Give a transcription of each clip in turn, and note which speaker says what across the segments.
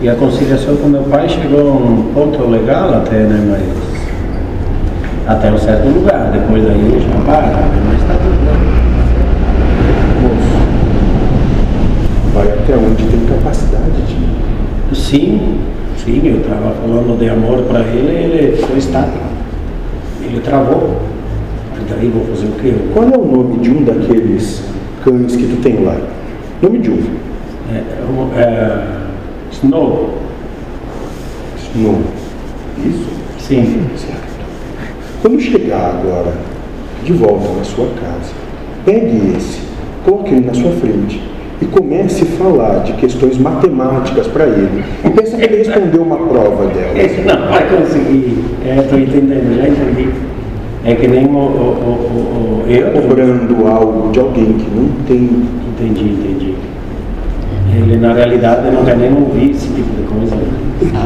Speaker 1: E a conciliação com meu pai chegou a um ponto legal até, né? Mas. Até um certo lugar, depois daí já para, mas tá tudo bem.
Speaker 2: Moço, vai até onde tem capacidade de.
Speaker 1: Sim, sim, eu estava falando de amor para ele, ele foi estático. Ele travou. E daí vou fazer o quê?
Speaker 2: Qual é o nome de um daqueles cães que tu tem lá? Nome de um.
Speaker 1: É, é um- é, Snow,
Speaker 2: Nome. Isso?
Speaker 1: sim.
Speaker 2: Certo. Quando chegar agora de volta na sua casa, pegue esse, coloque ele na sua frente e comece a falar de questões matemáticas para ele. E pensa que ele respondeu uma prova dela.
Speaker 1: Esse não vai conseguir. É, estou entendendo, já entendi. É que nem o, o, o, o- o- eu.
Speaker 2: tá Cobrando algo de alguém que não tem.
Speaker 1: Entendi, entendi. Ele na realidade não quer nem ouvir esse tipo de coisa.
Speaker 2: Porque,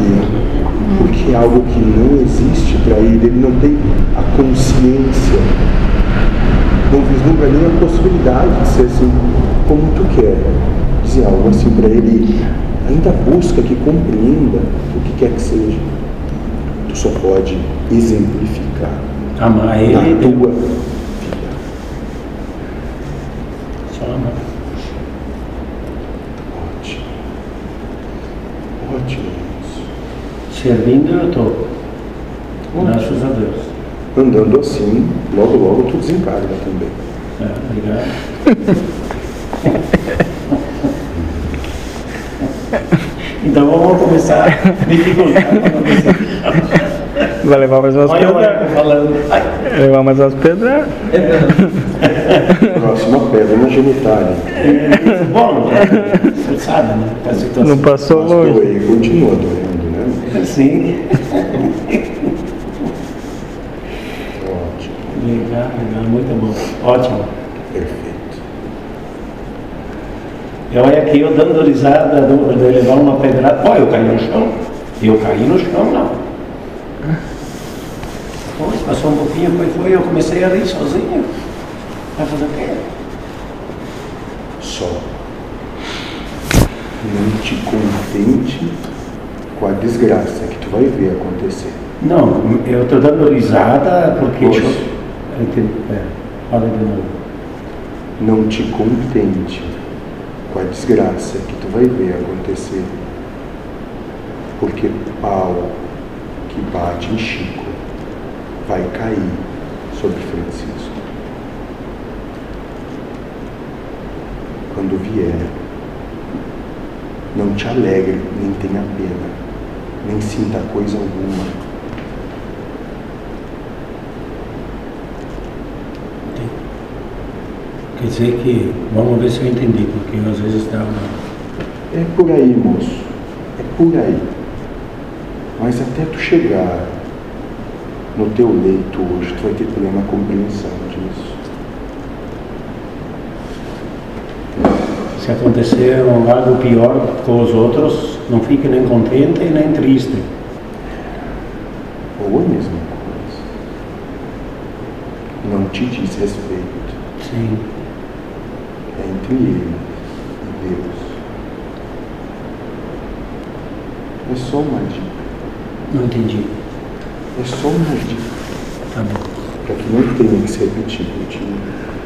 Speaker 2: porque é algo que não existe para ele, ele não tem a consciência, não vislumbra nem a possibilidade de ser assim como tu quer. Dizer algo assim para ele, ainda busca que compreenda o que quer que seja. Tu só pode exemplificar
Speaker 1: Amar ele.
Speaker 2: na
Speaker 1: deu-
Speaker 2: tua
Speaker 1: Só amar.
Speaker 2: ótimo. Ótimo isso.
Speaker 1: Servindo eu estou. Graças a Deus.
Speaker 2: Andando assim, logo logo tu desencarga também.
Speaker 1: É, obrigado. então vamos começar a dificultar para começar.
Speaker 3: Vai levar mais umas
Speaker 1: Olha o
Speaker 3: pedras.
Speaker 1: Marco falando. Ai,
Speaker 3: Levar mais umas pedras.
Speaker 1: é verdade.
Speaker 2: Próxima pedra na genitália.
Speaker 1: é, Bom, né? você sabe, né? A situação.
Speaker 3: Não passou
Speaker 2: Mas
Speaker 3: longe.
Speaker 2: doei, continua doendo, né?
Speaker 1: Sim.
Speaker 2: Ótimo,
Speaker 1: Legal, legal, muito bom. Ótimo.
Speaker 2: perfeito.
Speaker 1: Eu olha aqui, eu dando risada do- de levar uma pedrada. Olha, eu caí no chão. Eu caí no chão, não. Pois, passou um pouquinho, foi, foi, eu comecei a rir sozinho. Vai fazer o quê?
Speaker 2: Só. Não te contente com a desgraça que tu vai ver acontecer.
Speaker 1: Não, eu estou dando risada porque.
Speaker 2: Pois.
Speaker 1: Eu entendi. É, fala de novo.
Speaker 2: Não te contente com a desgraça que tu vai ver acontecer. Porque pau que bate em Chico vai cair sobre Francisco. Quando vier, não te alegre, nem tenha pena, nem sinta coisa alguma.
Speaker 1: Quer dizer que. Vamos ver se eu entendi, porque eu, às vezes dá uma.
Speaker 2: É por aí, moço. É por aí. Mas até tu chegar no teu leito hoje, tu vai ter plena compreensão disso.
Speaker 1: Se acontecer um algo pior com os outros, não fique nem contente e nem triste.
Speaker 2: Ou é a mesma coisa. Não te diz respeito.
Speaker 1: Sim.
Speaker 2: É entre ele e Deus. É só uma dica.
Speaker 1: Não entendi.
Speaker 2: É só uma dica.
Speaker 1: Tá bom.
Speaker 2: tipo Para que não tenha que se repetir contigo.